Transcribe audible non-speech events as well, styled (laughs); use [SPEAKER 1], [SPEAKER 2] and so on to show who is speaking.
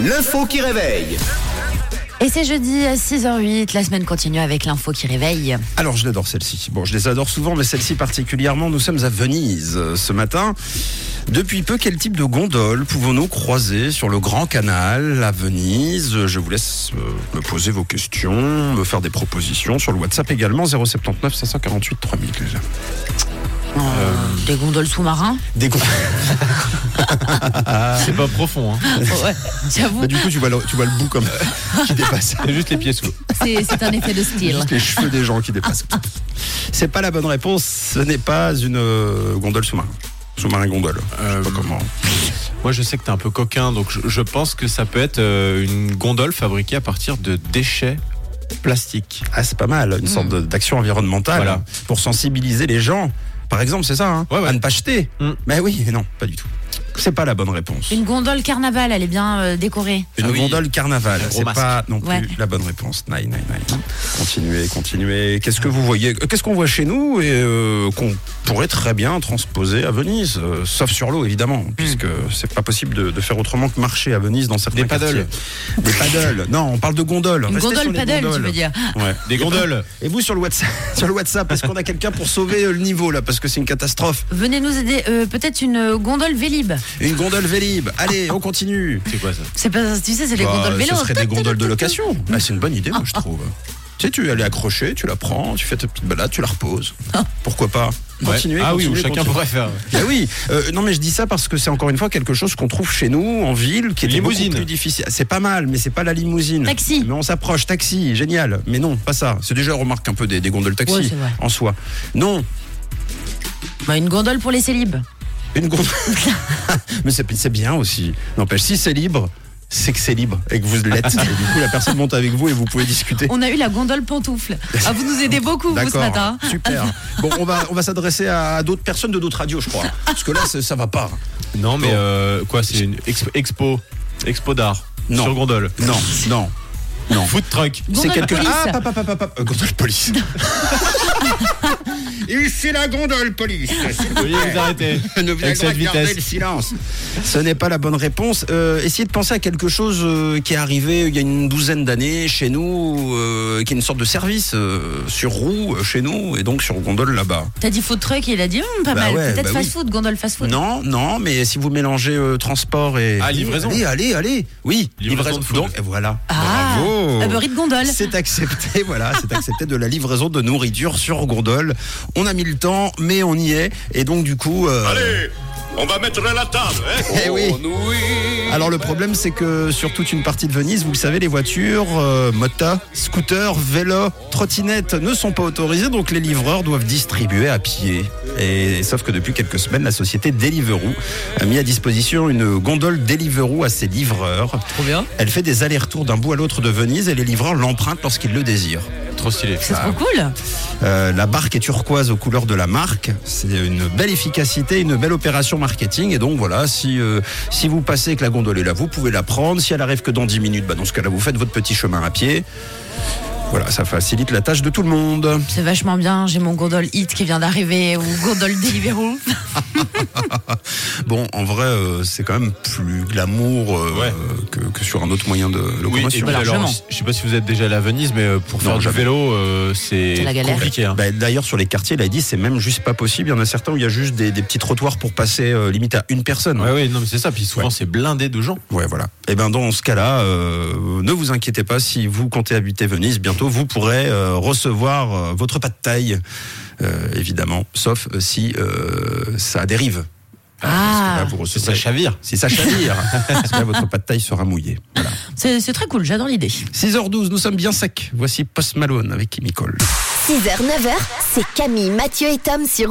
[SPEAKER 1] L'info qui réveille.
[SPEAKER 2] Et c'est jeudi à 6h08, la semaine continue avec l'info qui réveille. Euh,
[SPEAKER 3] Alors je l'adore celle-ci. Bon, je les adore souvent, mais celle-ci particulièrement. Nous sommes à Venise euh, ce matin. Depuis peu, quel type de gondole pouvons-nous croiser sur le Grand Canal à Venise Euh, Je vous laisse euh, me poser vos questions, me faire des propositions sur le WhatsApp également 079 548 3000.
[SPEAKER 2] Euh, Des gondoles sous-marins
[SPEAKER 3] Des gondoles.
[SPEAKER 4] C'est pas profond, hein. (laughs)
[SPEAKER 2] Ouais, j'avoue,
[SPEAKER 3] Bah, du coup, tu vois le, tu vois le bout comme (laughs) qui dépasse.
[SPEAKER 4] C'est juste les pieds sous. l'eau.
[SPEAKER 2] c'est c'est un effet de style.
[SPEAKER 3] Juste les cheveux des gens qui dépassent. C'est pas la bonne réponse. Ce n'est pas une euh, gondole sous-marin. Sous-marin gondole. Je sais pas comment.
[SPEAKER 4] Moi, je sais que t'es un peu coquin, donc je, je pense que ça peut être euh, une gondole fabriquée à partir de déchets plastiques.
[SPEAKER 3] Ah, c'est pas mal, une sorte de- d'action environnementale
[SPEAKER 4] Hmm. Voilà.
[SPEAKER 3] hein, pour sensibiliser les gens. Par exemple, c'est ça, hein,
[SPEAKER 4] Ouais, ouais.
[SPEAKER 3] à ne pas jeter.
[SPEAKER 4] Mm.
[SPEAKER 3] Mais oui, non, pas du tout. C'est pas la bonne réponse. Une,
[SPEAKER 2] Une gondole carnaval, elle est bien euh, décorée.
[SPEAKER 4] Ah oui.
[SPEAKER 3] gondole carnaval,
[SPEAKER 4] Un gros
[SPEAKER 3] c'est
[SPEAKER 4] masque.
[SPEAKER 3] pas non plus
[SPEAKER 2] Ouais.
[SPEAKER 3] la bonne réponse. Nine, nine, nine. Continuez, continuez. Qu'est-ce que vous voyez Euh, Qu'est-ce qu'on voit chez nous et euh, qu'on pourrait très bien transposer à Venise, euh, sauf sur l'eau évidemment,
[SPEAKER 4] Hmm.
[SPEAKER 3] puisque c'est pas possible de, de faire autrement que marcher à Venise dans certains
[SPEAKER 4] Des paddles.
[SPEAKER 3] quartiers. Des paddles. Non, on parle de gondoles.
[SPEAKER 2] Une
[SPEAKER 3] Restez sur
[SPEAKER 2] gondole
[SPEAKER 3] les
[SPEAKER 2] paddle, tu
[SPEAKER 3] gondoles.
[SPEAKER 2] veux dire
[SPEAKER 3] Ouais.
[SPEAKER 4] Des gondoles
[SPEAKER 3] Et vous sur le WhatsApp, (laughs) sur le WhatsApp, est-ce qu'on a quelqu'un pour sauver euh, le niveau là Parce que c'est une catastrophe.
[SPEAKER 2] Venez nous aider, euh, peut-être une euh, gondole Vélib.
[SPEAKER 3] Une gondole Vélib. Allez, on continue.
[SPEAKER 4] C'est quoi ça
[SPEAKER 2] C'est pas, tu sais, c'est les
[SPEAKER 3] Bah,
[SPEAKER 2] gondoles vélo.
[SPEAKER 3] ce serait des
[SPEAKER 2] Tout, tout,
[SPEAKER 3] gondoles de
[SPEAKER 2] tout, tout.
[SPEAKER 3] location. Bah, c'est une bonne idée, moi, je trouve. Tu sais, tu es accrocher, tu la prends, tu fais ta petite balade, tu la reposes. Pourquoi pas
[SPEAKER 4] Ouais.
[SPEAKER 3] Continuez.
[SPEAKER 4] Ah oui,
[SPEAKER 3] continuez,
[SPEAKER 4] où chacun
[SPEAKER 3] continuez.
[SPEAKER 4] pourrait faire.
[SPEAKER 3] Ah oui, euh, non mais je dis ça parce que c'est encore une fois quelque chose qu'on trouve chez nous en ville, qui est
[SPEAKER 4] Limousine.
[SPEAKER 3] plus difficile. C'est pas mal, mais c'est pas la limousine.
[SPEAKER 2] Taxi.
[SPEAKER 3] Mais on s'approche, taxi, génial. Mais non, pas ça. C'est déjà remarque un peu des, des gondoles taxi
[SPEAKER 2] Ouais, c'est vrai.
[SPEAKER 3] en soi. Non,
[SPEAKER 2] Bah, une gondole pour les célibes.
[SPEAKER 3] Une gondole. (laughs) Mais c'est c'est bien aussi. N'empêche, si c'est libre, c'est que c'est libre et que vous l'êtes. Et du coup, la personne monte avec vous et vous pouvez discuter.
[SPEAKER 2] On a eu la gondole pantoufle. Ah, vous nous aidez beaucoup, vous, ce matin.
[SPEAKER 3] super. Bon, on va, on va s'adresser à d'autres personnes de d'autres radios, je crois. Parce que là, c'est- ça va pas.
[SPEAKER 4] Non, mais
[SPEAKER 3] Bon.
[SPEAKER 4] euh, quoi, c'est une exp- expo. Expo d'art.
[SPEAKER 3] Non.
[SPEAKER 4] Sur gondole.
[SPEAKER 3] Non, non.
[SPEAKER 4] Food truck.
[SPEAKER 2] Gondole police.
[SPEAKER 3] Ah, papa, papa, papa. Euh, gondole police. (laughs) Ici la gondole police.
[SPEAKER 4] Vous voyez, vous arrêtez.
[SPEAKER 3] Ne vous avez
[SPEAKER 4] Avec cette
[SPEAKER 3] le droit de garder
[SPEAKER 4] vitesse.
[SPEAKER 3] le silence. Ce n'est pas la bonne réponse. Euh, essayez de penser à quelque chose euh, qui est arrivé il y a une douzaine d'années chez nous, euh, qui est une sorte de service euh, sur roue euh, chez nous et donc sur gondole là-bas.
[SPEAKER 2] T'as dit food truck et il a dit hum, pas
[SPEAKER 3] Bah
[SPEAKER 2] mal.
[SPEAKER 3] ouais,
[SPEAKER 2] Peut-être
[SPEAKER 3] bah oui.
[SPEAKER 2] fast food, gondole fast food.
[SPEAKER 3] Non, non, mais si vous mélangez euh, transport et
[SPEAKER 4] Ah, livraison.
[SPEAKER 3] allez, allez, allez, oui,
[SPEAKER 4] Livraison de food.
[SPEAKER 3] Donc et voilà,
[SPEAKER 2] Ah,
[SPEAKER 3] bravo.
[SPEAKER 2] un beurre de gondole.
[SPEAKER 3] C'est accepté, (laughs) voilà, c'est accepté de la livraison de nourriture sur gondole. On a mis le temps, mais on y est, et donc du coup. euh,
[SPEAKER 5] Allez, on va mettre la table, hein
[SPEAKER 3] Eh oui.
[SPEAKER 5] On oui.
[SPEAKER 3] Alors le problème c'est que sur toute une partie de Venise, vous le savez, les voitures, euh, motas, scooters, vélos, trottinettes ne sont pas autorisées, donc les livreurs doivent distribuer à pied. Et, sauf que depuis quelques semaines, la société Deliveroo a mis à disposition une gondole Deliveroo à ses livreurs.
[SPEAKER 2] Trop bien.
[SPEAKER 3] Elle fait des allers-retours d'un bout à l'autre de Venise et les livreurs l'empruntent lorsqu'ils le désirent.
[SPEAKER 4] Trop stylé.
[SPEAKER 2] C'est
[SPEAKER 3] Bah
[SPEAKER 2] trop cool.
[SPEAKER 3] Euh, la barque est turquoise aux couleurs de la marque. C'est une belle efficacité, une belle opération marketing. Et donc voilà, si, euh, si vous passez que la gondole est là, vous pouvez la prendre. Si elle arrive que dans 10 minutes, bah dans ce cas-là, vous faites votre petit chemin à pied. Voilà, ça facilite la tâche de tout le monde.
[SPEAKER 2] C'est vachement bien. J'ai mon gondole hit qui vient d'arriver ou gondole Deliveroo.
[SPEAKER 3] Bon, en vrai, euh, c'est quand même plus glamour euh,
[SPEAKER 4] Ouais.
[SPEAKER 3] que, que sur un autre moyen de
[SPEAKER 4] Oui, et
[SPEAKER 3] locomotion.
[SPEAKER 4] puis alors,
[SPEAKER 2] largement.
[SPEAKER 4] je sais pas si vous êtes déjà allé à Venise, mais euh, pour faire du
[SPEAKER 3] jamais.
[SPEAKER 4] vélo, euh, c'est
[SPEAKER 2] C'est la galère.
[SPEAKER 4] compliqué. hein.
[SPEAKER 3] Bah, D'ailleurs, sur les quartiers, là, il dit c'est même juste pas possible. Il y en a certains où il y a juste des, des petits trottoirs pour passer euh, limite à une personne.
[SPEAKER 4] Ouais, ouais, non, mais c'est ça. Puis souvent,
[SPEAKER 3] Ouais.
[SPEAKER 4] c'est blindé de gens.
[SPEAKER 3] Ouais, voilà. Et ben dans ce cas-là, euh, ne vous inquiétez pas si vous comptez habiter Venise bientôt, vous pourrez euh, recevoir euh, votre pas de taille, euh, évidemment, sauf euh, si euh, ça dérive. Parce que
[SPEAKER 2] Ah,
[SPEAKER 3] là, vous
[SPEAKER 4] C'est
[SPEAKER 3] recevrez-
[SPEAKER 4] ça chavire.
[SPEAKER 3] si ça chavire, parce que là, votre pas de taille sera mouillée. Voilà.
[SPEAKER 2] c'est c'est très cool. J'adore l'idée.
[SPEAKER 3] 6h12, nous sommes bien secs. Voici Post Malone avec Kimmy Cole.
[SPEAKER 6] 6h, 9h, c'est Camille, Mathieu et Tom sur